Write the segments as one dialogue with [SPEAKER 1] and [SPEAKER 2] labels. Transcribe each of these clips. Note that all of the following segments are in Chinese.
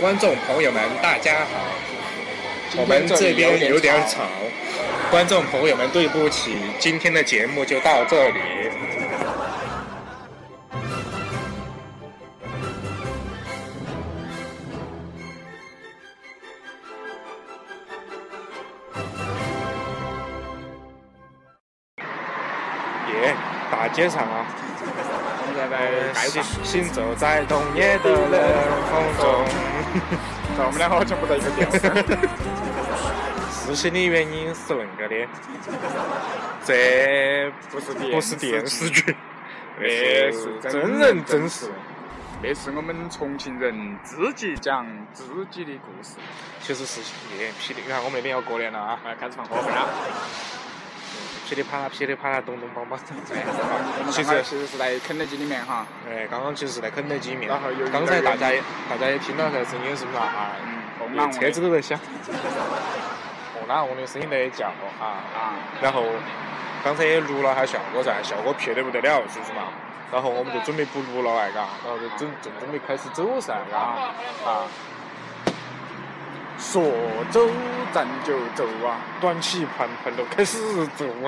[SPEAKER 1] 观众朋友们，大家好，
[SPEAKER 2] 今天
[SPEAKER 1] 我们这边有点
[SPEAKER 2] 这里有点
[SPEAKER 1] 吵，观众朋友们，对不起，今天的节目就到这里。耶，打街场啊！新行走在冬夜的冷风中。
[SPEAKER 2] 我们俩好像不在一个调。
[SPEAKER 1] 事情的原因是恁个 的，这
[SPEAKER 2] 不是
[SPEAKER 1] 不是电视剧，
[SPEAKER 2] 那
[SPEAKER 1] 这
[SPEAKER 2] 是
[SPEAKER 1] 是
[SPEAKER 2] 真
[SPEAKER 1] 真
[SPEAKER 2] 人
[SPEAKER 1] 人
[SPEAKER 2] 真
[SPEAKER 1] 真
[SPEAKER 2] 事
[SPEAKER 1] 事。。
[SPEAKER 2] 那是我们重庆人自己讲自己的故事。
[SPEAKER 1] 其实是夜噼里，你看我们那边要过年了啊，
[SPEAKER 2] 来开始放火了。
[SPEAKER 1] 噼里啪啦噼里啪啦咚咚梆梆。
[SPEAKER 2] 我们
[SPEAKER 1] 啊其实
[SPEAKER 2] 刚才其实是在肯德基里面哈，
[SPEAKER 1] 哎，刚刚其实是在肯德基里面
[SPEAKER 2] 然后有一，
[SPEAKER 1] 刚才
[SPEAKER 2] 点
[SPEAKER 1] 大家也大家也听到那声音是不是啊？
[SPEAKER 2] 嗯，红
[SPEAKER 1] 啊
[SPEAKER 2] 浪
[SPEAKER 1] 车子都在响， 哦，那我的声音在叫啊。
[SPEAKER 2] 啊，
[SPEAKER 1] 然后刚才也录了下效果噻，效果撇得不得了，是不是嘛？然后我们就准备不录了哎，嘎，然后就准正准备开始走噻，嘎，啊，
[SPEAKER 2] 说走咱就走啊，
[SPEAKER 1] 端起盘盘都开始走啊，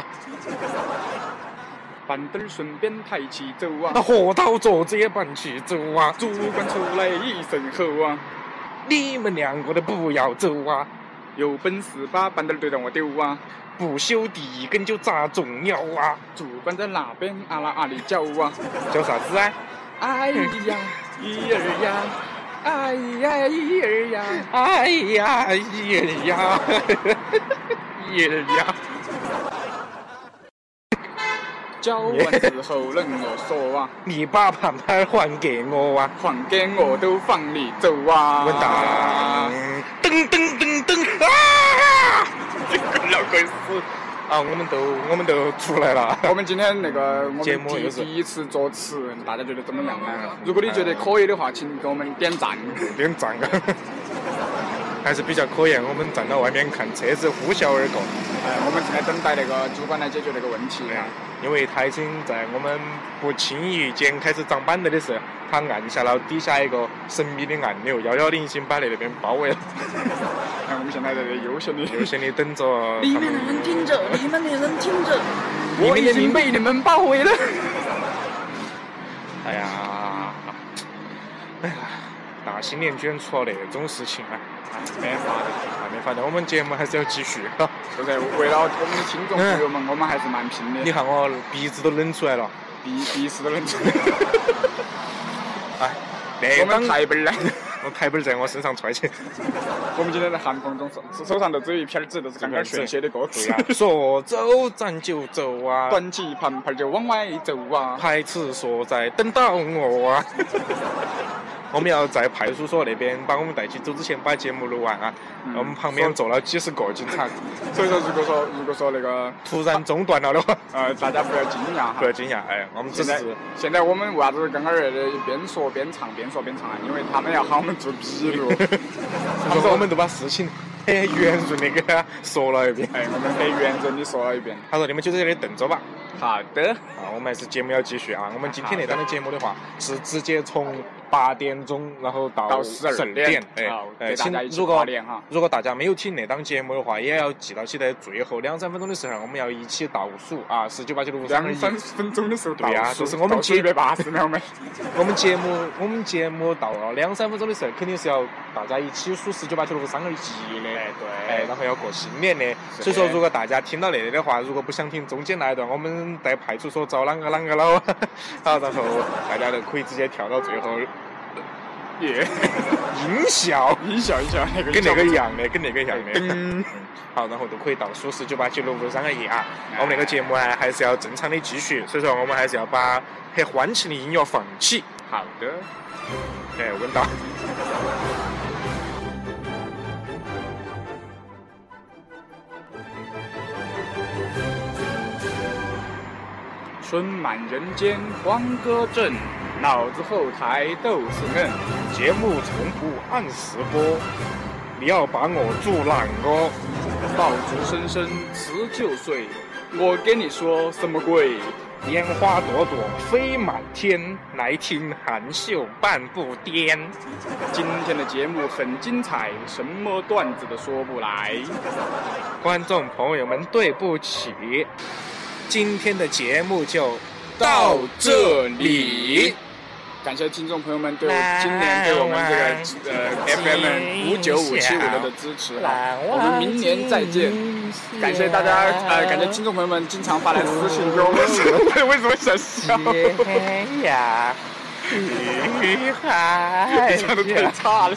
[SPEAKER 2] 板凳儿顺便抬起走
[SPEAKER 1] 那
[SPEAKER 2] 啊，
[SPEAKER 1] 河道坐着也板起走啊，
[SPEAKER 2] 主管出来一声吼啊，
[SPEAKER 1] 你们两个的不要走啊，
[SPEAKER 2] 有本事把板凳儿对着我丢啊，
[SPEAKER 1] 不修地根就扎中药啊，
[SPEAKER 2] 主管在那边啊啦啊里叫啊。
[SPEAKER 1] 叫啥子啊？
[SPEAKER 2] 哎呀，咿儿呀，哎呀咿儿呀，
[SPEAKER 1] 哎呀，耶呀，耶呀，
[SPEAKER 2] 教完之后恁我说啊，
[SPEAKER 1] 你把盘盘还给我啊！
[SPEAKER 2] 还给我都放你走啊！
[SPEAKER 1] 稳当，噔噔噔噔啊！老鬼死！啊，我们都我们都出来了。
[SPEAKER 2] 我们今天那个我们
[SPEAKER 1] 节目
[SPEAKER 2] 第
[SPEAKER 1] 又是
[SPEAKER 2] 第一次做词，大家觉得怎么样呢？如果你觉得可以的话，请给我们点赞。
[SPEAKER 1] 边站个，啊 还是比较可以。我们站到外面看车子呼啸而过，
[SPEAKER 2] 哎，我们正在等待那个主管来解决那个问题啊。
[SPEAKER 1] 因为他已经在我们不经意间开始长板凳的时候，他按下了底下一个神秘的按钮，幺幺零已经把那边包围了，
[SPEAKER 2] 哎，我们现在在这里悠闲的，
[SPEAKER 1] 悠闲的等着
[SPEAKER 3] 你
[SPEAKER 1] 他
[SPEAKER 3] 们
[SPEAKER 1] 们。
[SPEAKER 3] 的人听着，你们的人听着，
[SPEAKER 2] 我已经被你们包围了。
[SPEAKER 1] 哎呀，哎呀，大新年居然出了那种事情啊！
[SPEAKER 2] 没法的，
[SPEAKER 1] 啊，没法的，我们节目还是要继续 哈。
[SPEAKER 2] 就是为了我们的听众朋友们，我们还是蛮拼的
[SPEAKER 1] 你。看我鼻子都冷出来了，
[SPEAKER 2] 鼻鼻屎都能出。
[SPEAKER 1] 哎，那
[SPEAKER 2] 我
[SPEAKER 1] 当
[SPEAKER 2] 们台本儿呢？
[SPEAKER 1] 我台本在我身上揣 起，
[SPEAKER 2] 我们今天在寒风中手手手上都只有一片儿纸，都是刚刚炫写的歌词啊
[SPEAKER 1] 对呀、说走咱就走啊，
[SPEAKER 2] 端起盘盘就往外走啊！
[SPEAKER 1] 排斥说在等到我啊。 我们要在派出所那边把我们带起走之前把节目录完啊。
[SPEAKER 2] 嗯
[SPEAKER 1] 我们旁边坐了几十个警 察，
[SPEAKER 2] 所以说，如果说如果说那个
[SPEAKER 1] 突然中断 了的话，
[SPEAKER 2] 呃，大家不要惊讶
[SPEAKER 1] 不
[SPEAKER 2] 哈
[SPEAKER 1] 要。惊讶，哎，我们只
[SPEAKER 2] 现在
[SPEAKER 1] 是
[SPEAKER 2] 现在我们为啥子刚刚儿的边说边唱边说边唱啊？因为他们要喊我们做笔 录。他
[SPEAKER 1] 就是
[SPEAKER 2] 说
[SPEAKER 1] 我们都把事情很圆润的给他啊说了一遍。
[SPEAKER 2] 哎，我们很完整的说了一遍。
[SPEAKER 1] 他说：“你们就在这里等着吧。”
[SPEAKER 2] 好的，
[SPEAKER 1] 啊，我们还是节目要继续啊。我们今天那档的节目的话，是直接从八点钟，然后
[SPEAKER 2] 到
[SPEAKER 1] 到
[SPEAKER 2] 12
[SPEAKER 1] 点
[SPEAKER 2] 点。
[SPEAKER 1] 哎
[SPEAKER 2] 好，
[SPEAKER 1] 哎
[SPEAKER 2] 给大
[SPEAKER 1] 请
[SPEAKER 2] 家一起
[SPEAKER 1] 如果
[SPEAKER 2] 打脸哈
[SPEAKER 1] 如果大家没有听那档节目的话，也要记到起在最后两三分钟的时候，我们要一起倒数啊，十九八九六三二
[SPEAKER 2] 两
[SPEAKER 1] 一。
[SPEAKER 2] 三分钟的时候倒
[SPEAKER 1] 对呀
[SPEAKER 2] 数，
[SPEAKER 1] 就是我们
[SPEAKER 2] 倒数
[SPEAKER 1] 接
[SPEAKER 2] 一百八十秒没？
[SPEAKER 1] 我们节目我们节目到了两三分钟的时候，肯定是要大家一起数十九八九六三二一的。
[SPEAKER 2] 哎，
[SPEAKER 1] 哎， 然后要过新年的，所以说如果大家听到那里的话，如果不想听中间那一段，我们在派出所找啷个啷个佬， 好，然后哎大家就可以直接跳到最后
[SPEAKER 2] 耶，
[SPEAKER 1] 音效，
[SPEAKER 2] 一笑一笑，那个
[SPEAKER 1] 跟那个
[SPEAKER 2] 笑
[SPEAKER 1] 一样的，跟那个一样的。
[SPEAKER 2] 嗯，
[SPEAKER 1] 好，然后就可以倒数十九八九六五三二一啊，
[SPEAKER 2] 哎
[SPEAKER 1] 我们那个节目啊还是要正常的继续，所以说我们还是要把很欢庆的音乐放起，
[SPEAKER 2] 好的。
[SPEAKER 1] 哎，稳当。
[SPEAKER 2] 春满人间欢歌正，老子后台都是硬。
[SPEAKER 1] 节目从不按时播，你要把我做啷个？哦
[SPEAKER 2] 爆竹声声辞旧岁，我跟你说什么鬼？
[SPEAKER 1] 烟花朵朵飞满天，来听含羞半步颠。
[SPEAKER 2] 今天的节目很精彩，什么段子都说不来。
[SPEAKER 1] 观众朋友们，对不起，今天的节目就到这里。
[SPEAKER 2] 感谢听众朋友们对我今年对我们这个呃 FM 五九五七五六的支持哈，我们明年再见。感谢大家呃，感谢听众朋友们经常发来私信给我们，为什么想笑？
[SPEAKER 1] 天 涯，女 孩
[SPEAKER 2] 唱的太差了。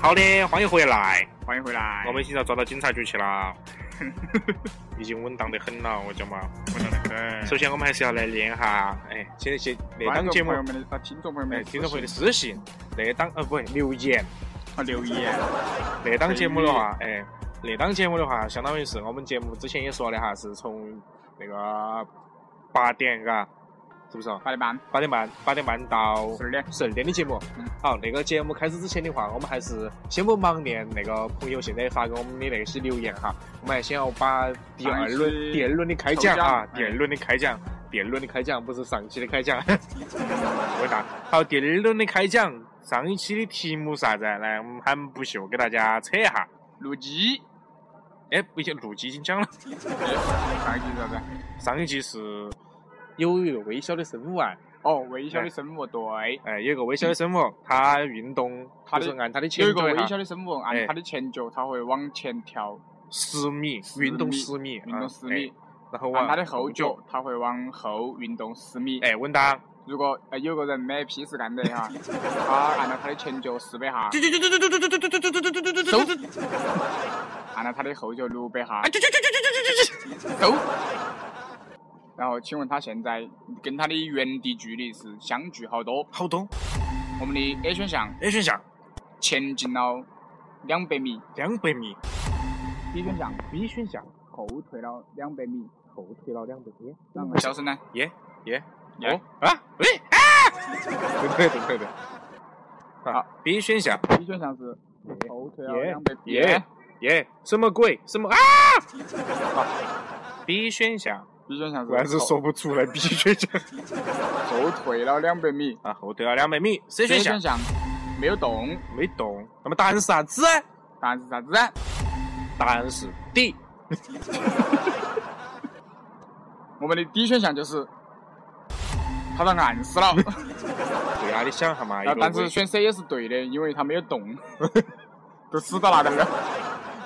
[SPEAKER 1] 好的，欢迎回来。
[SPEAKER 2] 欢迎回来，
[SPEAKER 1] 我们现在抓到警察局去了，已经稳当得很了，我讲嘛。
[SPEAKER 2] 回来了。
[SPEAKER 1] 首先，我们还是要来练哈，哎，先先那
[SPEAKER 2] 观
[SPEAKER 1] 档节
[SPEAKER 2] 众
[SPEAKER 1] 目
[SPEAKER 2] 朋，友们的啊，听众朋友们
[SPEAKER 1] 哎，
[SPEAKER 2] 的私信，
[SPEAKER 1] 听众朋友的私信，那档呃不留言，
[SPEAKER 2] 啊留言，
[SPEAKER 1] 那档节目的话，哎，那档节目的话，相当于是我们节目之前也说的哈，是从那个八点嘎，是不是啊？
[SPEAKER 2] 八点半，
[SPEAKER 1] 八点半，八点半到
[SPEAKER 2] 十二点。
[SPEAKER 1] 十二点的节目
[SPEAKER 2] 嗯。
[SPEAKER 1] 好，那个节目开始之前的话，我们还是先不忙念那个朋友现在发给我们的那些留言哈，我们还先要把第二
[SPEAKER 2] 上一期
[SPEAKER 1] 轮第二轮的开奖啊
[SPEAKER 2] 抽奖，哎
[SPEAKER 1] 第二轮的开奖，第二轮的开奖不是上期的开奖，我打好第二轮的开奖，上一期的题目啥子啊？来，我们喊不秀给大家扯一下。
[SPEAKER 2] 录鸡，
[SPEAKER 1] 哎，不行，录机已经讲了，
[SPEAKER 2] 上一集是啥子？
[SPEAKER 1] 上一期是有一个微小的生物啊，
[SPEAKER 2] 哦，微小的生物，对，
[SPEAKER 1] 哎，有一个微小的生物，它运动，
[SPEAKER 2] 它
[SPEAKER 1] 就
[SPEAKER 2] 的
[SPEAKER 1] 是按它的前
[SPEAKER 2] 有一个
[SPEAKER 1] 腿
[SPEAKER 2] 微
[SPEAKER 1] 哈
[SPEAKER 2] 小的生物，
[SPEAKER 1] 哎
[SPEAKER 2] 按它的前脚，它会往前跳，
[SPEAKER 1] 十米，
[SPEAKER 2] 十
[SPEAKER 1] 运动
[SPEAKER 2] 米
[SPEAKER 1] 十米，
[SPEAKER 2] 运动
[SPEAKER 1] 啊
[SPEAKER 2] 十米
[SPEAKER 1] 哎；然后往
[SPEAKER 2] 按它的后脚，，它会往后运动十米。
[SPEAKER 1] 哎，稳当，
[SPEAKER 2] 如果呃有个人没屁事干的 哈，他按照他的前脚四百下，走，按照他的后脚六百
[SPEAKER 1] 哎
[SPEAKER 2] 下，走。然后，请问他现在跟他的原地距离是相距好多？
[SPEAKER 1] 好多。哎
[SPEAKER 2] 我们的 A 选项
[SPEAKER 1] A 选项
[SPEAKER 2] 前进了两百米
[SPEAKER 1] 两百米
[SPEAKER 2] ，B 选项
[SPEAKER 1] ，B 选项
[SPEAKER 2] 后退了两百米，
[SPEAKER 1] 后退了两百米。
[SPEAKER 2] 然后小声呢？
[SPEAKER 1] 耶耶
[SPEAKER 2] 耶
[SPEAKER 1] 哦啊喂啊！对对对对对。啊
[SPEAKER 2] 好
[SPEAKER 1] ，B 选项
[SPEAKER 2] ，B 选项是后退了
[SPEAKER 1] 耶
[SPEAKER 2] 两百米。
[SPEAKER 1] 耶耶，什么鬼？什么啊啊？B 选项，
[SPEAKER 2] B 选项
[SPEAKER 1] 我还
[SPEAKER 2] 是
[SPEAKER 1] 是说不出来。B 选项
[SPEAKER 2] 后退了两百米。
[SPEAKER 1] 啊，后退了两百米。C 选项
[SPEAKER 2] 选项没有动，
[SPEAKER 1] 没动。那么答案是啥子？啊
[SPEAKER 2] 答案是啥子？
[SPEAKER 1] 答案是 D。
[SPEAKER 2] 我们的 D 选项就是他遭按死了，
[SPEAKER 1] 对啊，你想一下嘛，一
[SPEAKER 2] 然
[SPEAKER 1] 个
[SPEAKER 2] 后但是
[SPEAKER 1] 微
[SPEAKER 2] 选 C 也是对的，因为他没有动， 都死到那边了。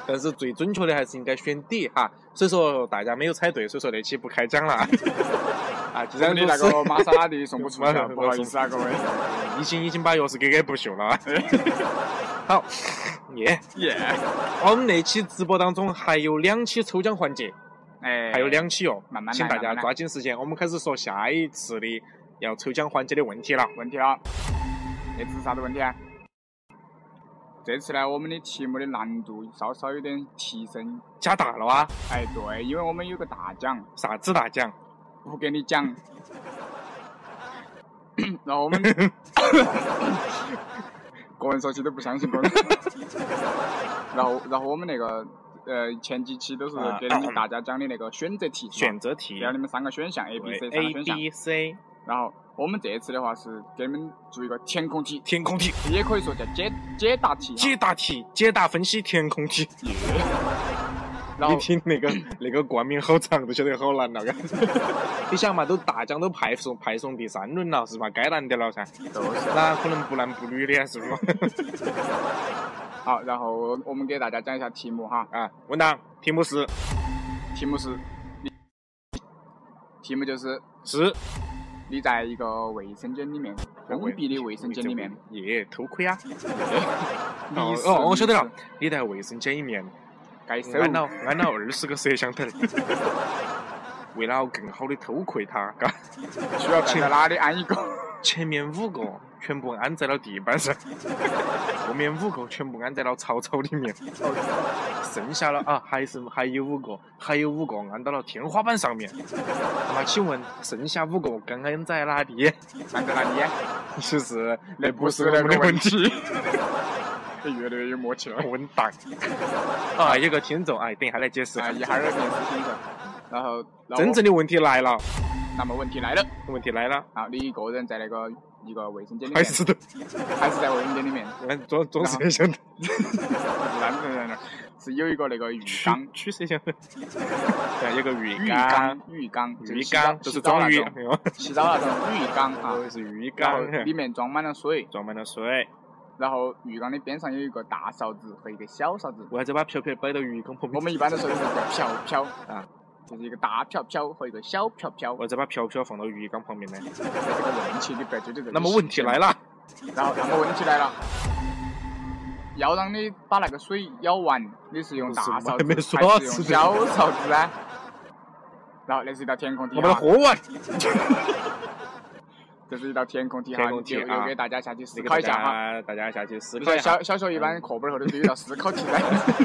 [SPEAKER 1] 但是最准确的还是应该选 D 哈。所以说大家没有猜对，所以说那期不开奖了。 啊，既
[SPEAKER 2] 既然
[SPEAKER 1] 然
[SPEAKER 2] 你
[SPEAKER 1] 如
[SPEAKER 2] 那
[SPEAKER 1] 此
[SPEAKER 2] 个，玛莎拉蒂送不出去
[SPEAKER 1] 马上
[SPEAKER 2] 了，不好意思啊，各位。
[SPEAKER 1] 已经已经把钥匙给给不秀 了。好，耶、
[SPEAKER 2] 耶，
[SPEAKER 1] 我们那期直播当中还有两期抽奖环节，
[SPEAKER 2] 哎，
[SPEAKER 1] 还有两期哦，
[SPEAKER 2] 慢慢来
[SPEAKER 1] 请大家
[SPEAKER 2] 慢慢来
[SPEAKER 1] 抓紧时间。我们开始说下一次的要抽奖环节的问题了。
[SPEAKER 2] 问题了，这次是啥子问题啊？这次呢，我们的题目的难度稍稍有点提升。
[SPEAKER 1] 加大了啊，
[SPEAKER 2] 哎，对，因为我们有个大奖，
[SPEAKER 1] 啥子大奖？
[SPEAKER 2] 不跟你讲。然后我们个人说起都不相信个人。然后，然后我们那个呃前几期都是
[SPEAKER 1] 啊
[SPEAKER 2] 给你们大家讲的那个选择题嘛，
[SPEAKER 1] 选择题
[SPEAKER 2] 给了你们三个选项 A、B、C 三个
[SPEAKER 1] 嗯 A
[SPEAKER 2] 选项。
[SPEAKER 1] B C
[SPEAKER 2] 然后我们这次的话是给你们做一个填空题，
[SPEAKER 1] 天空题、
[SPEAKER 2] 也可以说叫解解答题哈。
[SPEAKER 1] 解答题、解答分析、填空题。
[SPEAKER 2] 然
[SPEAKER 1] 一
[SPEAKER 2] 后
[SPEAKER 1] 听那个 那个冠名好长，都晓得好难了。嘎你想嘛，都大奖都派送派送第三轮了，是吧？该难得了噻。
[SPEAKER 2] 就是
[SPEAKER 1] 那可能不男不女的，是不是？
[SPEAKER 2] 好，然后我们给大家讲一下题目哈。
[SPEAKER 1] 啊，文档题目是
[SPEAKER 2] 题目是，题目就是
[SPEAKER 1] 是
[SPEAKER 2] 你在一个卫生间里面，封闭的卫生间里面，，
[SPEAKER 1] 耶，偷窥啊！
[SPEAKER 2] 你
[SPEAKER 1] 哦
[SPEAKER 2] 是
[SPEAKER 1] 哦，我晓得了，，哎你在卫生间里面
[SPEAKER 2] 该收
[SPEAKER 1] 安了安了二十个摄像头， 为了更好的偷窥他，嘎，
[SPEAKER 2] 需要在哪里安一个？
[SPEAKER 1] 前面五个全部安在了地板上，后面五个全部安在了草草里面，剩下了啊，还是还有五个，还有五个安到了天花板上面。那么请问，剩下五个刚安在哪里？
[SPEAKER 2] 按在哪里？
[SPEAKER 1] 其实
[SPEAKER 2] 那
[SPEAKER 1] 那
[SPEAKER 2] 不
[SPEAKER 1] 不
[SPEAKER 2] 是
[SPEAKER 1] 是
[SPEAKER 2] 我
[SPEAKER 1] 我
[SPEAKER 2] 们
[SPEAKER 1] 们
[SPEAKER 2] 的
[SPEAKER 1] 的
[SPEAKER 2] 问
[SPEAKER 1] 问题，
[SPEAKER 2] 这越来越有默契了。
[SPEAKER 1] 混蛋！啊，有个听众哎，等一下来解释。
[SPEAKER 2] 啊，一会儿面试听众，然后然后
[SPEAKER 1] 真正的问题来了，
[SPEAKER 2] 那么问题来了，
[SPEAKER 1] 问题来了，
[SPEAKER 2] 啊，你一个人在那个一个卫生间里
[SPEAKER 1] 还
[SPEAKER 2] 面，
[SPEAKER 1] 是的，
[SPEAKER 2] 还是在卫生间里面，
[SPEAKER 1] 嗯装装摄像头，
[SPEAKER 2] 男人在那儿是有一个那个浴
[SPEAKER 1] 取
[SPEAKER 2] 缸。
[SPEAKER 1] 取摄像头， 对，有个
[SPEAKER 2] 浴
[SPEAKER 1] 鱼
[SPEAKER 2] 缸
[SPEAKER 1] 缸，，
[SPEAKER 2] 浴缸，就是
[SPEAKER 1] 鱼
[SPEAKER 2] 洗澡
[SPEAKER 1] 缸就是
[SPEAKER 2] 洗澡
[SPEAKER 1] 装
[SPEAKER 2] 那
[SPEAKER 1] 鱼，
[SPEAKER 2] 种洗澡那种浴缸啊，
[SPEAKER 1] 是鱼
[SPEAKER 2] 然后
[SPEAKER 1] 缸，
[SPEAKER 2] 里面装满了水，
[SPEAKER 1] 装满了水，
[SPEAKER 2] 然后浴缸的边上有一个大勺子和一个小勺子，
[SPEAKER 1] 为啥子把瓢瓢摆到鱼缸旁
[SPEAKER 2] 我
[SPEAKER 1] 边？
[SPEAKER 2] 们一般都说是叫瓢瓢
[SPEAKER 1] 啊，
[SPEAKER 2] 就是一个大瓢瓢和一个小瓢瓢。
[SPEAKER 1] 为啥把瓢瓢放到鱼缸旁边呢？
[SPEAKER 2] 这个问题你不要觉得这个。
[SPEAKER 1] 那么问题来
[SPEAKER 2] 了，
[SPEAKER 1] 了，
[SPEAKER 2] 然后那么问题来了，要让你把那个水舀完，你是用大勺子
[SPEAKER 1] 我
[SPEAKER 2] 还
[SPEAKER 1] 还没
[SPEAKER 2] 是
[SPEAKER 1] 说
[SPEAKER 2] 用
[SPEAKER 1] 是的
[SPEAKER 2] 小勺子呢？然后那是一道填空题
[SPEAKER 1] 我把它
[SPEAKER 2] 哈，
[SPEAKER 1] 喝完。
[SPEAKER 2] 这是一道填空题哈，
[SPEAKER 1] 填空题
[SPEAKER 2] 留留
[SPEAKER 1] 啊
[SPEAKER 2] 给大家下去思
[SPEAKER 1] 这个
[SPEAKER 2] 考
[SPEAKER 1] 大
[SPEAKER 2] 一下哈。
[SPEAKER 1] 家大家下去思
[SPEAKER 2] 啊你
[SPEAKER 1] 考
[SPEAKER 2] 像
[SPEAKER 1] 一下
[SPEAKER 2] 小。小学一般课本后头都有一道思考题噻，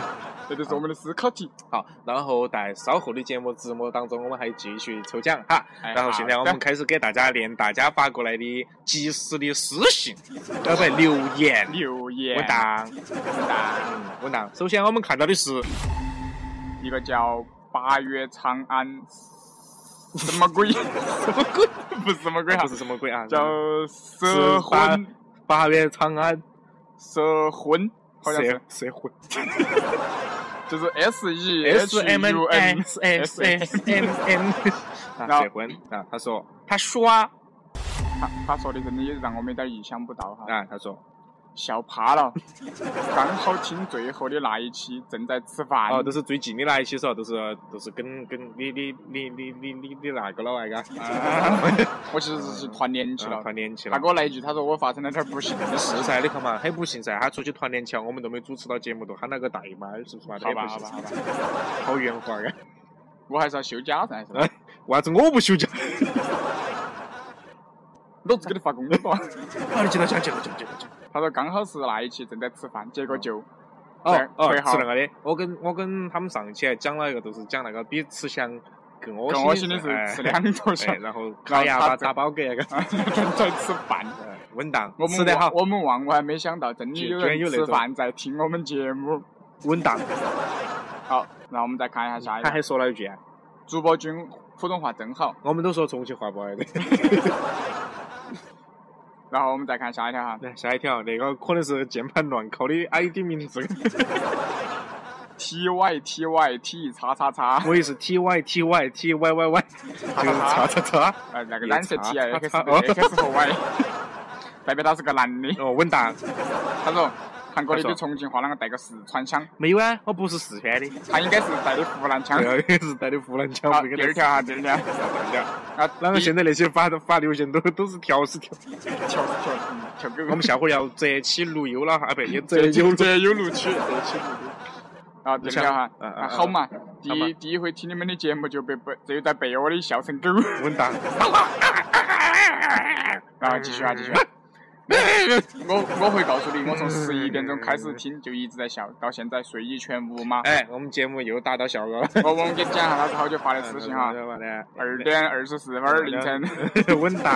[SPEAKER 2] 这就是我们的思考题。
[SPEAKER 1] 好，然后在稍后的节目直播当中，我们还继续抽奖哈。
[SPEAKER 2] 哎
[SPEAKER 1] 然后现在我们开始给大家念大家发过来的及时的私信，呃，不留言。
[SPEAKER 2] 留言
[SPEAKER 1] 文档，文档。首先我们看到的是，
[SPEAKER 2] 一个叫八月长安，什么鬼？什么鬼？不是什么鬼哈
[SPEAKER 1] 不，是什么鬼啊？
[SPEAKER 2] 叫蛇婚
[SPEAKER 1] 八月长安
[SPEAKER 2] 蛇婚，好像
[SPEAKER 1] 社
[SPEAKER 2] 是
[SPEAKER 1] 社会
[SPEAKER 2] 就是 S E
[SPEAKER 1] S M N
[SPEAKER 2] U N
[SPEAKER 1] S S E S M N
[SPEAKER 2] 然
[SPEAKER 1] 啊，
[SPEAKER 2] 后
[SPEAKER 1] 结婚啊，他说啊他刷
[SPEAKER 2] 他他说的真的也让我们有点意想不到哈，
[SPEAKER 1] 啊，他说
[SPEAKER 2] 笑 趴了。刚好听最后的那一期，正在吃饭。
[SPEAKER 1] 哦，都是最近的那一期说，都是都是跟跟你你你你你你你那个老 外嘎，
[SPEAKER 2] 我其实是团年去
[SPEAKER 1] 啊
[SPEAKER 2] 了。
[SPEAKER 1] 团年去
[SPEAKER 2] 他
[SPEAKER 1] 了
[SPEAKER 2] 给。我来一句，他说我发生了点不幸的事
[SPEAKER 1] 是。噻，你看嘛，很哎不幸噻，他出去团年去了，我们都没主持到节目，都喊了个代嘛，是不是嘛？
[SPEAKER 2] 好
[SPEAKER 1] 很
[SPEAKER 2] 吧，
[SPEAKER 1] 不
[SPEAKER 2] 好
[SPEAKER 1] 幸
[SPEAKER 2] 吧，，好吧，
[SPEAKER 1] 好圆滑 啊！
[SPEAKER 2] 我还是要休假噻，是吧？
[SPEAKER 1] 哎为啥子我不休 假？
[SPEAKER 2] 老子给你发工资 吧。
[SPEAKER 1] 啊，接到讲，接到讲，接到讲。
[SPEAKER 2] 他说刚好是那一期正在吃饭，结果就
[SPEAKER 1] 哦
[SPEAKER 2] 对
[SPEAKER 1] 哦，
[SPEAKER 2] 对好
[SPEAKER 1] 是那个的。我跟我跟他们上期还讲了一个，就是讲那个比吃香更恶
[SPEAKER 2] 更恶心的
[SPEAKER 1] 哎
[SPEAKER 2] 是吃两坨
[SPEAKER 1] 哎
[SPEAKER 2] 香，
[SPEAKER 1] 然 后烤鸭
[SPEAKER 2] 然后
[SPEAKER 1] 把
[SPEAKER 2] 他
[SPEAKER 1] 打包给 那个
[SPEAKER 2] 正在吃饭。
[SPEAKER 1] 呃稳当
[SPEAKER 2] 我，
[SPEAKER 1] 吃
[SPEAKER 2] 们
[SPEAKER 1] 得好
[SPEAKER 2] 望，我们万万没想到，真的
[SPEAKER 1] 居
[SPEAKER 2] 有
[SPEAKER 1] 居然有
[SPEAKER 2] 人
[SPEAKER 1] 那
[SPEAKER 2] 吃
[SPEAKER 1] 种
[SPEAKER 2] 饭在听我们节目。
[SPEAKER 1] 稳当。
[SPEAKER 2] 好，然后我们再看一下下一
[SPEAKER 1] 他
[SPEAKER 2] 个。
[SPEAKER 1] 还说了一句，啊
[SPEAKER 2] 主播君普通话真好。
[SPEAKER 1] 我们都说重庆话不好的。
[SPEAKER 2] 然后我们再看下一条哈，
[SPEAKER 1] 来下一条，那个可能是键盘乱扣的 ID 名字，
[SPEAKER 2] t y t y t 叉叉叉，
[SPEAKER 1] 我也是 T Y T Y T Y Y Y，
[SPEAKER 2] 叉
[SPEAKER 1] 就是叉
[SPEAKER 2] 叉
[SPEAKER 1] 叉叉。
[SPEAKER 2] 呃，那个蓝色
[SPEAKER 1] 叉
[SPEAKER 2] t x
[SPEAKER 1] 叉哦
[SPEAKER 2] x 和 y，代表他是个男的。
[SPEAKER 1] 哦，稳当，
[SPEAKER 2] 他说韩国的
[SPEAKER 1] 他说
[SPEAKER 2] 比重庆话啷个带个四川腔，
[SPEAKER 1] 没有啊，我不是四川的，
[SPEAKER 2] 他应该是带的湖南 腔。
[SPEAKER 1] 对啊，是带的湖南腔。
[SPEAKER 2] 好，
[SPEAKER 1] 不
[SPEAKER 2] 第
[SPEAKER 1] 跟他
[SPEAKER 2] 二条啊，第二条啊，
[SPEAKER 1] 然后现
[SPEAKER 2] 在
[SPEAKER 1] 在那些发发流行都都是调是调。
[SPEAKER 2] 求求求狗，
[SPEAKER 1] 我们下回要择期录优了哈，啊不，也择
[SPEAKER 2] 这
[SPEAKER 1] 优
[SPEAKER 2] 有
[SPEAKER 1] 录。
[SPEAKER 2] 这有录取，这期录取。啊，第二条哈，
[SPEAKER 1] 嗯嗯
[SPEAKER 2] 啊
[SPEAKER 1] 嗯
[SPEAKER 2] 好嘛，第
[SPEAKER 1] 好
[SPEAKER 2] 一
[SPEAKER 1] 嘛
[SPEAKER 2] 第一回听你们的节目就被被就在被窝里笑成狗，
[SPEAKER 1] 稳当，
[SPEAKER 2] 然后继续啊继续啊。 我我会告诉你，
[SPEAKER 1] 嗯
[SPEAKER 2] 我从十一点钟开始听，就一直在笑，到现在睡意全无嘛。
[SPEAKER 1] 哎，我们节目又达到效果了。
[SPEAKER 2] 我我给你讲一下他是好久发的私 信哈，啊二
[SPEAKER 1] 二
[SPEAKER 2] 点二十四分凌 晨。
[SPEAKER 1] 稳当，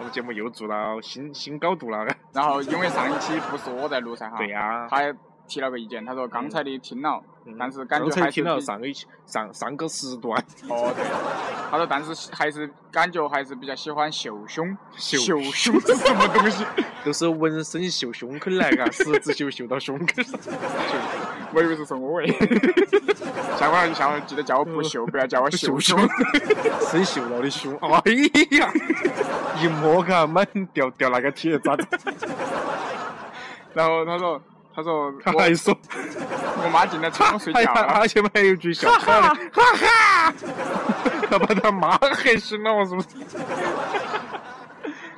[SPEAKER 1] 我们节目又做到新新高度了。
[SPEAKER 2] 然后因为上一期不是我在录噻哈，
[SPEAKER 1] 对呀，
[SPEAKER 2] 他也提了个意见，他说刚才的听了，
[SPEAKER 1] 嗯
[SPEAKER 2] 但是感觉
[SPEAKER 1] 刚
[SPEAKER 2] 还
[SPEAKER 1] 才
[SPEAKER 2] 是
[SPEAKER 1] 听
[SPEAKER 2] 比
[SPEAKER 1] 到上一期上上个时段，
[SPEAKER 2] 哦对，他说但是还是感觉还是比较喜欢秀胸，
[SPEAKER 1] 秀
[SPEAKER 2] 胸是什么东西？
[SPEAKER 1] 都是纹身秀胸口来嘎，十字绣绣到胸口上。
[SPEAKER 2] 我以为是送我哎， 下回下回记得叫我不秀，不要叫我秀胸。
[SPEAKER 1] 生锈了的胸，哎呀，一摸嘎，满掉掉那个铁渣子。
[SPEAKER 2] 然后他说他说
[SPEAKER 1] 他还
[SPEAKER 2] 我
[SPEAKER 1] 说，
[SPEAKER 2] 我妈进来催我睡
[SPEAKER 1] 哎
[SPEAKER 2] 觉啊
[SPEAKER 1] 呀，
[SPEAKER 2] 了，
[SPEAKER 1] 而且还有一句笑话的，哈哈， 他把他妈吓醒了，我是不是？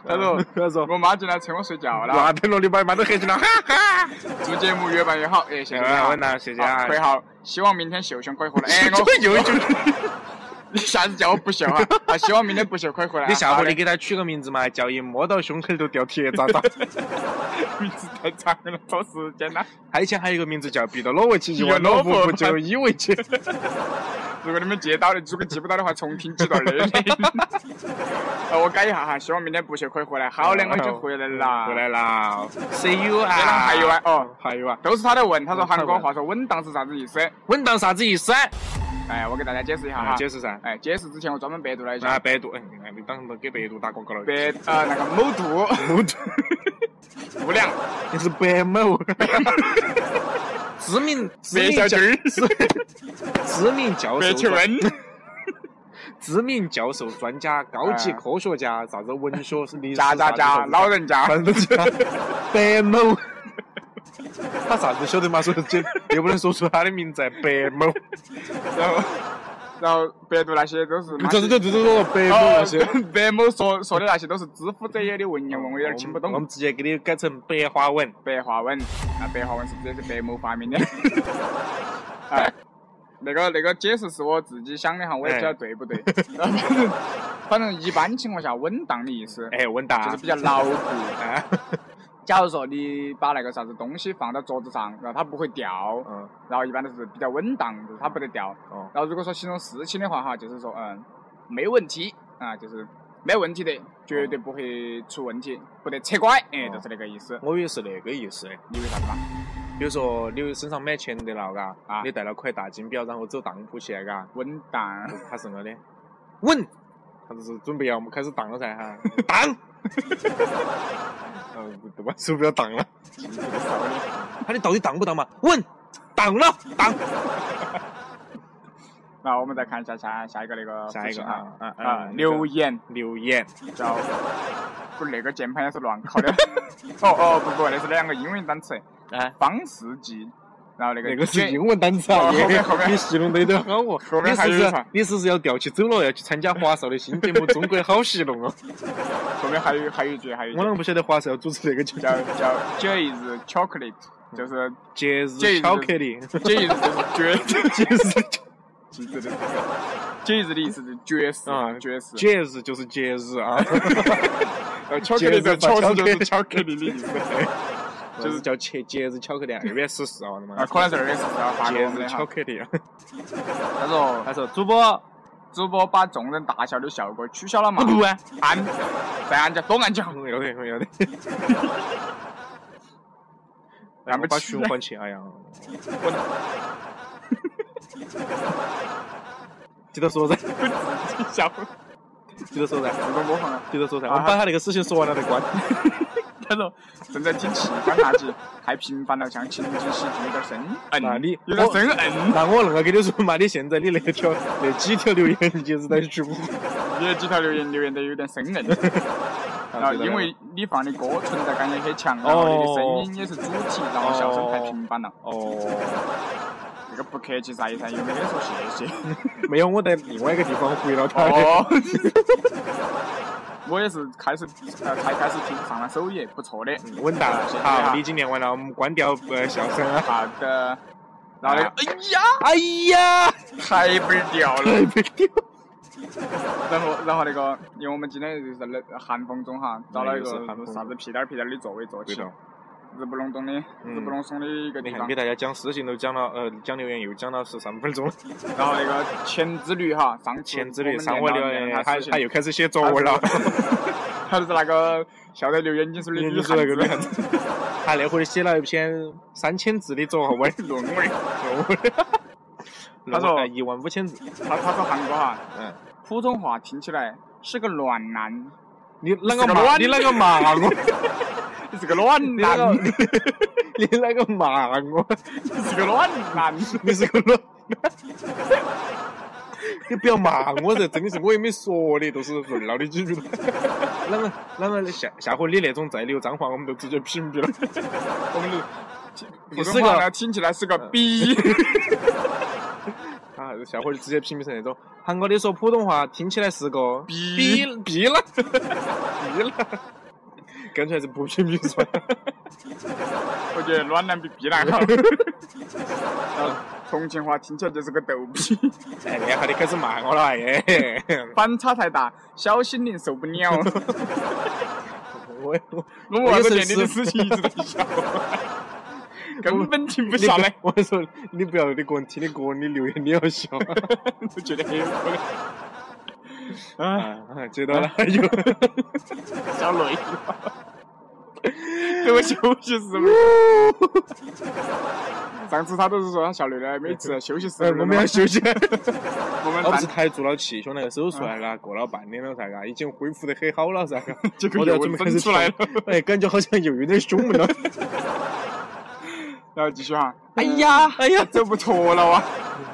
[SPEAKER 2] 他说
[SPEAKER 1] 他说，
[SPEAKER 2] 我妈进来催我睡觉了。
[SPEAKER 1] 那等了你把妈都吓醒了，哈哈。
[SPEAKER 2] 祝节目越办越好，哎，谢谢
[SPEAKER 1] 哎
[SPEAKER 2] 啊，
[SPEAKER 1] 温娜谢谢啊
[SPEAKER 2] 哎好可以好，希望明天秀胸可以获得。哎，我
[SPEAKER 1] 又就
[SPEAKER 2] 你下次叫我不秀 哈，啊，希望明天不秀可以回来啊。
[SPEAKER 1] 你下
[SPEAKER 2] 好
[SPEAKER 1] 回
[SPEAKER 2] 的
[SPEAKER 1] 你给他取个名字嘛，叫一摸到胸口都掉铁渣 渣。
[SPEAKER 2] 名字太长了，拖时间啊了。
[SPEAKER 1] 还以前还有一个名字叫彼得罗维奇，一
[SPEAKER 2] 彼得
[SPEAKER 1] 万
[SPEAKER 2] 罗
[SPEAKER 1] 罗
[SPEAKER 2] 伯
[SPEAKER 1] 夫不就以为去。
[SPEAKER 2] 如果你们记到的，如果记不到的话，重听几 段儿的。呃我改一下哈，希望明天不秀可以回来。
[SPEAKER 1] 哦
[SPEAKER 2] 好的，我就回来了。
[SPEAKER 1] 回来啦。See you
[SPEAKER 2] 天哪
[SPEAKER 1] 啊！
[SPEAKER 2] 还有啊，哦，
[SPEAKER 1] 还有啊，
[SPEAKER 2] 都是他在问，他说
[SPEAKER 1] 嗯他
[SPEAKER 2] 韩
[SPEAKER 1] 问
[SPEAKER 2] 国话说稳当是啥子意思？
[SPEAKER 1] 稳当啥子意思？
[SPEAKER 2] 哎，我给大家解释一下
[SPEAKER 1] 啊
[SPEAKER 2] 哈。
[SPEAKER 1] 解释噻。
[SPEAKER 2] 哎，解释之前我专门百度了一
[SPEAKER 1] 啊，
[SPEAKER 2] 下，
[SPEAKER 1] 百度，哎，你当时给百度打广告了。
[SPEAKER 2] 百呃那个某度
[SPEAKER 1] 百度，
[SPEAKER 2] 度量
[SPEAKER 1] 你是白某。 知名知名教
[SPEAKER 2] 白小军
[SPEAKER 1] 知知名教
[SPEAKER 2] 白
[SPEAKER 1] 授
[SPEAKER 2] 求
[SPEAKER 1] 专，
[SPEAKER 2] 恩，
[SPEAKER 1] 知名教授、专家、高级
[SPEAKER 2] 啊
[SPEAKER 1] 科学家，啥子文学是历史
[SPEAKER 2] 家
[SPEAKER 1] 啥
[SPEAKER 2] 家
[SPEAKER 1] 子
[SPEAKER 2] 家，
[SPEAKER 1] 啥子
[SPEAKER 2] 老人家，
[SPEAKER 1] 反 正就白某，他啥子晓得嘛？所以就又不能说出他的名字，白 某，
[SPEAKER 2] 然后然后百度那些都是妈
[SPEAKER 1] 这这这这这白某
[SPEAKER 2] 哦
[SPEAKER 1] 那些。，
[SPEAKER 2] 白某说说的那些都是知乎者也的文言文，我有点听不
[SPEAKER 1] 我
[SPEAKER 2] 懂
[SPEAKER 1] 们。直接给你改成白话文。
[SPEAKER 2] 白话文，那白话文是不是也是白某发 明的？哎，那个那个解释是我自己想的哈，我也不晓得对 不对。然后反正反正一般情况下，稳当的意思
[SPEAKER 1] 哎，稳
[SPEAKER 2] 就
[SPEAKER 1] 当
[SPEAKER 2] 是比。较牢固。
[SPEAKER 1] 哎，
[SPEAKER 2] 假如说你把那个啥子东西放到桌子上，然后它不会掉，
[SPEAKER 1] 嗯，
[SPEAKER 2] 然后一般都是比较稳当，就是它不得掉。
[SPEAKER 1] 哦，
[SPEAKER 2] 然后如果说形容事情的话，哈，就是说，嗯，没问题啊，就是没问题的，绝对不会出问题，不得扯拐，哎，
[SPEAKER 1] 哦
[SPEAKER 2] 就是那个意思。
[SPEAKER 1] 我以为是那个意思。
[SPEAKER 2] 你以为啥子嘛？
[SPEAKER 1] 比如说你身上没钱得了，嘎
[SPEAKER 2] 啊，
[SPEAKER 1] 你带了块大金表，然后走当铺去，嘎，
[SPEAKER 2] 稳当，
[SPEAKER 1] 他是我的，稳，他就是准备要我们开始当了噻， 哈，当。嗯，对吧？手表当了。
[SPEAKER 2] 这个少的。
[SPEAKER 1] 他你到底当不当嘛？稳，当了，当。
[SPEAKER 2] 那我们再看一下下下一个那个
[SPEAKER 1] 下一
[SPEAKER 2] 复
[SPEAKER 1] 个
[SPEAKER 2] 习哈
[SPEAKER 1] 啊啊
[SPEAKER 2] 啊，留言
[SPEAKER 1] 留言，
[SPEAKER 2] 叫，不是那个键盘也是乱 考的。哦哦，不不，那是两个英文单词，
[SPEAKER 1] 哎，
[SPEAKER 2] 方世纪，然后那个
[SPEAKER 1] 那个是
[SPEAKER 2] J-
[SPEAKER 1] 英文单词啊，
[SPEAKER 2] 哦后面
[SPEAKER 1] 你
[SPEAKER 2] 后面
[SPEAKER 1] 你戏弄得有点好哦。
[SPEAKER 2] 后面
[SPEAKER 1] 你
[SPEAKER 2] 还
[SPEAKER 1] 是不
[SPEAKER 2] 有一
[SPEAKER 1] 是
[SPEAKER 2] 串
[SPEAKER 1] 你是不是要吊起走了，要去参加华少的新节目《中国好戏弄》哦？
[SPEAKER 2] 后面还有还有一句，还有一
[SPEAKER 1] 我啷个
[SPEAKER 2] 句
[SPEAKER 1] 不晓得华少要主持那个节目？
[SPEAKER 2] 叫 叫 J is chocolate，就是
[SPEAKER 1] 节
[SPEAKER 2] 节
[SPEAKER 1] 日
[SPEAKER 2] 日
[SPEAKER 1] 巧克 力，
[SPEAKER 2] J is 就是绝
[SPEAKER 1] 节日
[SPEAKER 2] 其实的 J is 的意思是绝食
[SPEAKER 1] 啊，
[SPEAKER 2] 绝食，
[SPEAKER 1] 节日就是节日啊，
[SPEAKER 2] 然后巧克力的
[SPEAKER 1] 绝食
[SPEAKER 2] 确实就 是
[SPEAKER 1] 把
[SPEAKER 2] 巧克力的意思，
[SPEAKER 1] 就是叫节节日巧克力，二月十四号的嘛
[SPEAKER 2] 啊，，可能是二月十四号发给
[SPEAKER 1] 节
[SPEAKER 2] 我们
[SPEAKER 1] 日
[SPEAKER 2] 的
[SPEAKER 1] 巧
[SPEAKER 2] 哈。
[SPEAKER 1] 克力。
[SPEAKER 2] 他说
[SPEAKER 1] 他说主播
[SPEAKER 2] 主播把众人大笑的效果取消了嘛？
[SPEAKER 1] 不啊，
[SPEAKER 2] 按，再按下，多按几下。
[SPEAKER 1] 嗯有的有 的。
[SPEAKER 2] 按
[SPEAKER 1] 然
[SPEAKER 2] 不
[SPEAKER 1] 后把
[SPEAKER 2] 起
[SPEAKER 1] 循
[SPEAKER 2] 来
[SPEAKER 1] 环器，哎 呀，接着说噻，
[SPEAKER 2] 笑，
[SPEAKER 1] 接着说噻。
[SPEAKER 2] 自动播放了。
[SPEAKER 1] 接着说噻，
[SPEAKER 2] 啊
[SPEAKER 1] 我们把他那个事情说完了再关。
[SPEAKER 2] 他说正在听器官垃圾，太频繁了，像情景喜剧有 点生硬。
[SPEAKER 1] 那你
[SPEAKER 2] 嗯有点嗯生 硬，
[SPEAKER 1] 那我恁个跟你说嘛，你现在你那条那几条留言你就是在循环。
[SPEAKER 2] 你的几条留言留言得有点生硬。
[SPEAKER 1] 啊
[SPEAKER 2] 然后因为你放的歌存在感也很强，然后你的声音也是主题，然后笑声太频繁了。
[SPEAKER 1] 哦，
[SPEAKER 2] 这个不客气噻噻，又没跟你说谢谢。
[SPEAKER 1] 没有，我在另外一个地方回了他的。
[SPEAKER 2] 哦， 我也是开始呃才开始听上了首页，不错的。
[SPEAKER 1] 嗯稳当，
[SPEAKER 2] 谢谢啊
[SPEAKER 1] 好，你已经念完了，我们关掉呃笑声啊。
[SPEAKER 2] 好的，然后那个，哎呀，
[SPEAKER 1] 哎呀，
[SPEAKER 2] 还不是掉了。
[SPEAKER 1] 太没丢。
[SPEAKER 2] 然后，然后那个，因为我们今天就是在那寒风中哈，找了一
[SPEAKER 1] 嗯又是寒风
[SPEAKER 2] 个
[SPEAKER 1] 中
[SPEAKER 2] 啥子屁颠儿屁颠儿的座位坐
[SPEAKER 1] 对
[SPEAKER 2] 起，
[SPEAKER 1] 头，
[SPEAKER 2] 日不隆咚的，
[SPEAKER 1] 嗯
[SPEAKER 2] 日不隆松的一个
[SPEAKER 1] 你
[SPEAKER 2] 地
[SPEAKER 1] 看
[SPEAKER 2] 方
[SPEAKER 1] 给。大家讲事情都讲了，呃，讲留言又讲了十三分钟了，
[SPEAKER 2] 然后那个前之旅哈，上次
[SPEAKER 1] 前之旅
[SPEAKER 2] 我
[SPEAKER 1] 上
[SPEAKER 2] 我
[SPEAKER 1] 我留言，
[SPEAKER 2] 他
[SPEAKER 1] 他他又开始写作文了。
[SPEAKER 2] 他就是那个笑得流眼睛水的
[SPEAKER 1] 你
[SPEAKER 2] 女
[SPEAKER 1] 说那个女
[SPEAKER 2] 汉
[SPEAKER 1] 汉
[SPEAKER 2] 子
[SPEAKER 1] 子，他那会儿写了一篇三千字的作文，
[SPEAKER 2] 论文。
[SPEAKER 1] 他
[SPEAKER 2] 他说
[SPEAKER 1] 一万五千字，
[SPEAKER 2] 他他说韩国啊哈，
[SPEAKER 1] 嗯，
[SPEAKER 2] 普通话听起来是个暖男，
[SPEAKER 1] 你啷
[SPEAKER 2] 是
[SPEAKER 1] 个
[SPEAKER 2] 个
[SPEAKER 1] 骂
[SPEAKER 2] 卵
[SPEAKER 1] 你啷个骂我？
[SPEAKER 2] 你是个暖
[SPEAKER 1] 你啷
[SPEAKER 2] 男，
[SPEAKER 1] 个你啷个骂我？
[SPEAKER 2] 你是个暖男。
[SPEAKER 1] 你是个卵！你不要骂我噻，真的是我也没说的，都是润了的几句。啷个啷个下下回你那种再留脏话，我们都直接屏蔽了。
[SPEAKER 2] 我们的
[SPEAKER 1] 你
[SPEAKER 2] 普
[SPEAKER 1] 是
[SPEAKER 2] 通
[SPEAKER 1] 个
[SPEAKER 2] 话呢听起来是个逼。
[SPEAKER 1] 啊，下回就直接屏蔽成那种韩国的说普通话听起来是个
[SPEAKER 2] 逼
[SPEAKER 1] 逼了逼了，干脆还是不屏蔽算了。
[SPEAKER 2] 我觉得暖男比避难好。然后啊呃重庆话听起来就是个逗逼，
[SPEAKER 1] 哎，那下你开始骂我了，哎，
[SPEAKER 2] 反差太大，小心灵受不了。
[SPEAKER 1] 我我
[SPEAKER 2] 我们那个店里
[SPEAKER 1] 有时候
[SPEAKER 2] 的事
[SPEAKER 1] 是
[SPEAKER 2] 情一直在笑，根本停不下来，
[SPEAKER 1] 我跟你说你不要你个人听的歌，你留言你要笑。
[SPEAKER 2] 就觉得很有可能。哎，
[SPEAKER 1] 啊，接到了， 有
[SPEAKER 2] 小累了，给我休息十五。上次他都是说他笑累了，每次休息十
[SPEAKER 1] 哎
[SPEAKER 2] 五。
[SPEAKER 1] 我们要休息。
[SPEAKER 2] 我们
[SPEAKER 1] 我不
[SPEAKER 2] 暂
[SPEAKER 1] 是才做了气胸那个手术那个，过了半年了噻个，已经恢复得很好了 噻个，
[SPEAKER 2] 结果
[SPEAKER 1] 我都要
[SPEAKER 2] 又
[SPEAKER 1] 准备开
[SPEAKER 2] 分
[SPEAKER 1] 始
[SPEAKER 2] 出来
[SPEAKER 1] 痛，哎，感觉好像又有点胸闷 了。
[SPEAKER 2] 然后继续哈。哎呀，哎呀，走不脱了哇！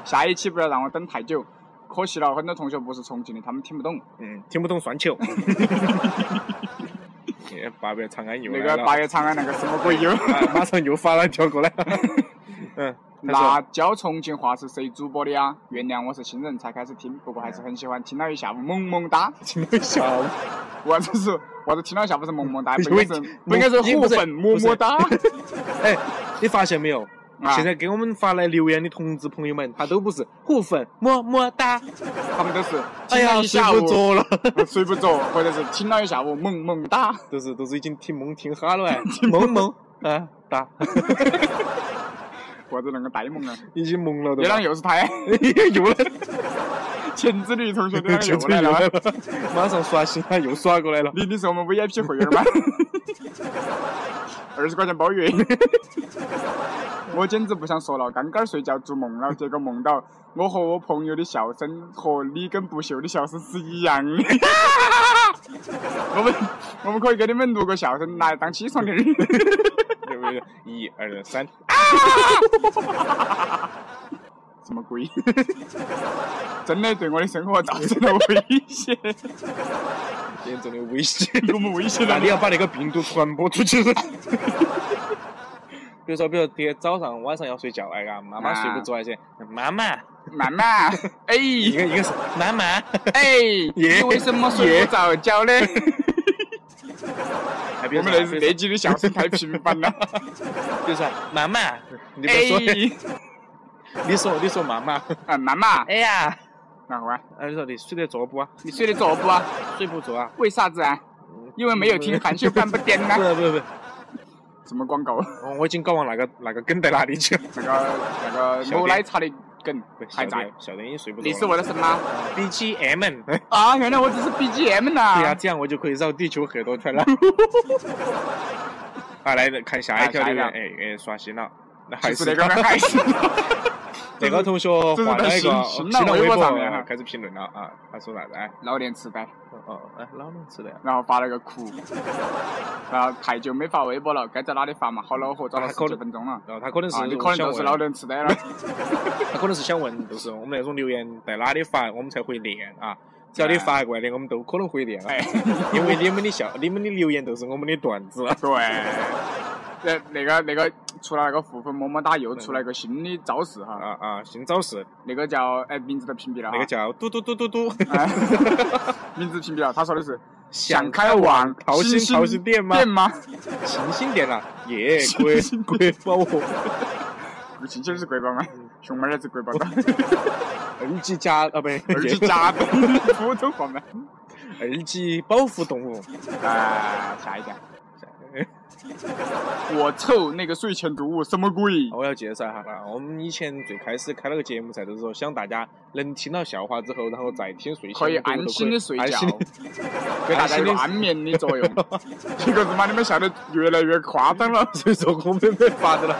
[SPEAKER 2] 下一期不要让我等太久，可惜了，很多同学不是重庆的，他们听不懂。
[SPEAKER 1] 嗯，听不懂算球。 哎八百长安又
[SPEAKER 2] 那
[SPEAKER 1] 来
[SPEAKER 2] 个
[SPEAKER 1] 了，
[SPEAKER 2] 八月长安那个什么鬼哟？
[SPEAKER 1] 啊马上又发了条过来。 嗯，他说
[SPEAKER 2] 那教重庆话是谁主播的呀？原谅我是新人才开始听，不过还是很喜欢，听了一下午，萌萌哒。
[SPEAKER 1] 听到笑，
[SPEAKER 2] 呃我这是我这听了一下午是 萌萌哒，不
[SPEAKER 1] 因为
[SPEAKER 2] 应该是不应该是火粉么么哒。
[SPEAKER 1] 哎，你发现没有？
[SPEAKER 2] 啊
[SPEAKER 1] 现在给我们发来留言的同志朋友们，他都不是互粉么么哒，
[SPEAKER 2] 他们都是
[SPEAKER 1] 哎
[SPEAKER 2] 听
[SPEAKER 1] 呀
[SPEAKER 2] 了，一
[SPEAKER 1] 睡
[SPEAKER 2] 下
[SPEAKER 1] 不
[SPEAKER 2] 午
[SPEAKER 1] 着了，
[SPEAKER 2] 睡不着，或者是听了一下午萌萌哒。
[SPEAKER 1] 都是都是已经听懵 听哈了哎，懵懵啊 哒，
[SPEAKER 2] 或者那个呆萌啊，
[SPEAKER 1] 已经懵了都
[SPEAKER 2] 月。亮又是他，
[SPEAKER 1] 又来了，
[SPEAKER 2] 钳子女同学月亮
[SPEAKER 1] 球
[SPEAKER 2] 又
[SPEAKER 1] 球
[SPEAKER 2] 来
[SPEAKER 1] 又
[SPEAKER 2] 了
[SPEAKER 1] 来
[SPEAKER 2] 哇。
[SPEAKER 1] 了， 马上刷新了，又刷过来了。
[SPEAKER 2] 你你是我们 VIP 会员吗？ 二十块钱包月， 我简直不想说了。刚刚睡觉做梦了，结果梦到我和我朋友的笑声和你跟不朽的笑声是一样的。 我们我们可以给你们录个笑声来当起床铃儿。
[SPEAKER 1] 有没有？一二三，
[SPEAKER 2] 什么鬼？ 真的对我的生活造成了威胁，
[SPEAKER 1] 严重的危 险。
[SPEAKER 2] 我们威胁
[SPEAKER 1] 那
[SPEAKER 2] 了
[SPEAKER 1] 你要把那个病毒传播出 去。比如说，比如第早上、晚上要睡觉，哎呀，妈妈睡不着，而且 妈妈，
[SPEAKER 2] 慢慢， 哎
[SPEAKER 1] 一个一个是妈妈，
[SPEAKER 2] 哎，
[SPEAKER 1] 耶
[SPEAKER 2] 你为什么睡不着觉 呢？
[SPEAKER 1] 哎比
[SPEAKER 2] 我
[SPEAKER 1] 如
[SPEAKER 2] 们
[SPEAKER 1] 说
[SPEAKER 2] 那是那集的笑声太频繁 了。
[SPEAKER 1] 比如说妈妈，你不要说，
[SPEAKER 2] 哎，
[SPEAKER 1] 你说你说妈妈，
[SPEAKER 2] 啊，妈妈，
[SPEAKER 1] 哎呀，
[SPEAKER 2] 然后啊，
[SPEAKER 1] 哎，你说你睡得着不啊？
[SPEAKER 2] 你睡得着不啊？
[SPEAKER 1] 睡不着啊？
[SPEAKER 2] 为啥子啊？因为没有听含羞半不点啊
[SPEAKER 1] 不
[SPEAKER 2] 呐。
[SPEAKER 1] 是不是不是，
[SPEAKER 2] 什么广告？
[SPEAKER 1] 哦我已经搞忘那个那个梗在哪里去了。
[SPEAKER 2] 那个那个
[SPEAKER 1] 小
[SPEAKER 2] 某
[SPEAKER 1] 店
[SPEAKER 2] 奶茶的梗还在。，
[SPEAKER 1] 小灯已经睡不着了。
[SPEAKER 2] 你是为了什么？
[SPEAKER 1] BGM，对
[SPEAKER 2] 啊，原来我只是 BGM
[SPEAKER 1] 哎呀，
[SPEAKER 2] 呐。
[SPEAKER 1] 这样我就可以绕地球很多圈 了。好，来看下一条留言，
[SPEAKER 2] 啊下
[SPEAKER 1] 哎哎，刷新了。那还
[SPEAKER 2] 还是
[SPEAKER 1] 是
[SPEAKER 2] 那个 还是
[SPEAKER 1] 这个同学画了一
[SPEAKER 2] 这是
[SPEAKER 1] 个哦新
[SPEAKER 2] 在新
[SPEAKER 1] 浪
[SPEAKER 2] 浪
[SPEAKER 1] 微
[SPEAKER 2] 微博
[SPEAKER 1] 博
[SPEAKER 2] 上面哈
[SPEAKER 1] 开始评论了啊，他说啥子？哎，
[SPEAKER 2] 老年痴呆，
[SPEAKER 1] 哦哦，哎，老娘吃的呀。
[SPEAKER 2] 然后发了个哭，然后太久没发微博了，该在哪里发嘛？好恼火，找了十几分钟了。
[SPEAKER 1] 然后他可能是
[SPEAKER 2] 啊，你可能
[SPEAKER 1] 想
[SPEAKER 2] 就是
[SPEAKER 1] 问，
[SPEAKER 2] 老年痴 呆了。
[SPEAKER 1] 他可能是想问，就是我们那种留言在哪里发，我们才会念啊。只要你发过来的，我们都可能会念啊
[SPEAKER 2] 哎，
[SPEAKER 1] 因为你们的笑，你们的留言都是我们的段子。啊
[SPEAKER 2] 对，那那个那个，除了那个互粉么么哒，又出来一个新的招式哈，
[SPEAKER 1] 啊啊，新招式，
[SPEAKER 2] 那个叫哎名字都屏蔽了哈
[SPEAKER 1] 那个叫嘟嘟嘟嘟嘟，
[SPEAKER 2] 哎 名字屏蔽了，他说的是
[SPEAKER 1] 想
[SPEAKER 2] 开网
[SPEAKER 1] 淘
[SPEAKER 2] 新
[SPEAKER 1] 新淘新店吗？
[SPEAKER 2] 店吗？
[SPEAKER 1] 新兴店啦， 耶，国国宝货，
[SPEAKER 2] 星星是国宝吗？
[SPEAKER 1] 嗯
[SPEAKER 2] 熊猫也是国宝的，
[SPEAKER 1] 二级家啊不，
[SPEAKER 2] 二级甲的
[SPEAKER 1] 嗯
[SPEAKER 2] 普通话吗？
[SPEAKER 1] 二级保护动物，
[SPEAKER 2] 啊，下一条。我臭，那个睡前读物什么鬼？
[SPEAKER 1] 我要介绍一下哈，我们以前最开始开了个节目噻，就是说想大家能听到笑话之后，然后再听睡前
[SPEAKER 2] 可以
[SPEAKER 1] 读
[SPEAKER 2] 安
[SPEAKER 1] 都
[SPEAKER 2] 心的睡
[SPEAKER 1] 安
[SPEAKER 2] 觉
[SPEAKER 1] 心 地，
[SPEAKER 2] 给大家
[SPEAKER 1] 安心
[SPEAKER 2] 有
[SPEAKER 1] 地
[SPEAKER 2] 安眠的作 用。结果他妈你们笑得越来越夸张了，
[SPEAKER 1] 所以说我们没法子了，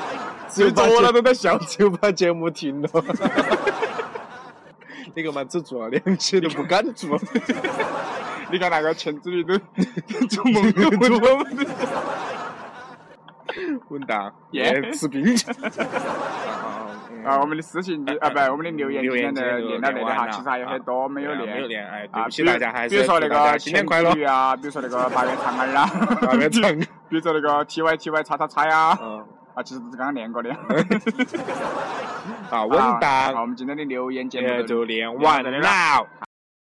[SPEAKER 1] 只有
[SPEAKER 2] 睡
[SPEAKER 1] 把
[SPEAKER 2] 着了
[SPEAKER 1] 节
[SPEAKER 2] 都在笑。
[SPEAKER 1] 只有把节目停了。 你干嘛只做了两期都不敢 做？
[SPEAKER 2] 你看那个钳子里 都做梦都做梦的。
[SPEAKER 1] 混 蛋，
[SPEAKER 2] 耶
[SPEAKER 1] 耶，吃冰去。 啊嗯
[SPEAKER 2] 啊，我们的私信就啊，不，我们的留言今
[SPEAKER 1] 留言
[SPEAKER 2] 天的
[SPEAKER 1] 今天就
[SPEAKER 2] 念到这里
[SPEAKER 1] 念完
[SPEAKER 2] 哈，
[SPEAKER 1] 了
[SPEAKER 2] 其实还有很多没有
[SPEAKER 1] 对啊没有
[SPEAKER 2] 念。
[SPEAKER 1] 练，哎，对
[SPEAKER 2] 啊，
[SPEAKER 1] 不
[SPEAKER 2] 比
[SPEAKER 1] 起
[SPEAKER 2] 如
[SPEAKER 1] 大家，还是
[SPEAKER 2] 比如说那
[SPEAKER 1] 祝大家
[SPEAKER 2] 个
[SPEAKER 1] 新年快乐
[SPEAKER 2] 前，女啊，比如说那个 八月长安啊，
[SPEAKER 1] 大家长，
[SPEAKER 2] 比如说那个 T Y T Y 叉叉叉呀，
[SPEAKER 1] 嗯，
[SPEAKER 2] 啊，其实都是刚刚念过 的。
[SPEAKER 1] 啊，稳
[SPEAKER 2] 啊
[SPEAKER 1] 当
[SPEAKER 2] 好，我，们今天的留言节
[SPEAKER 1] 呃
[SPEAKER 2] 目就
[SPEAKER 1] 就练完了。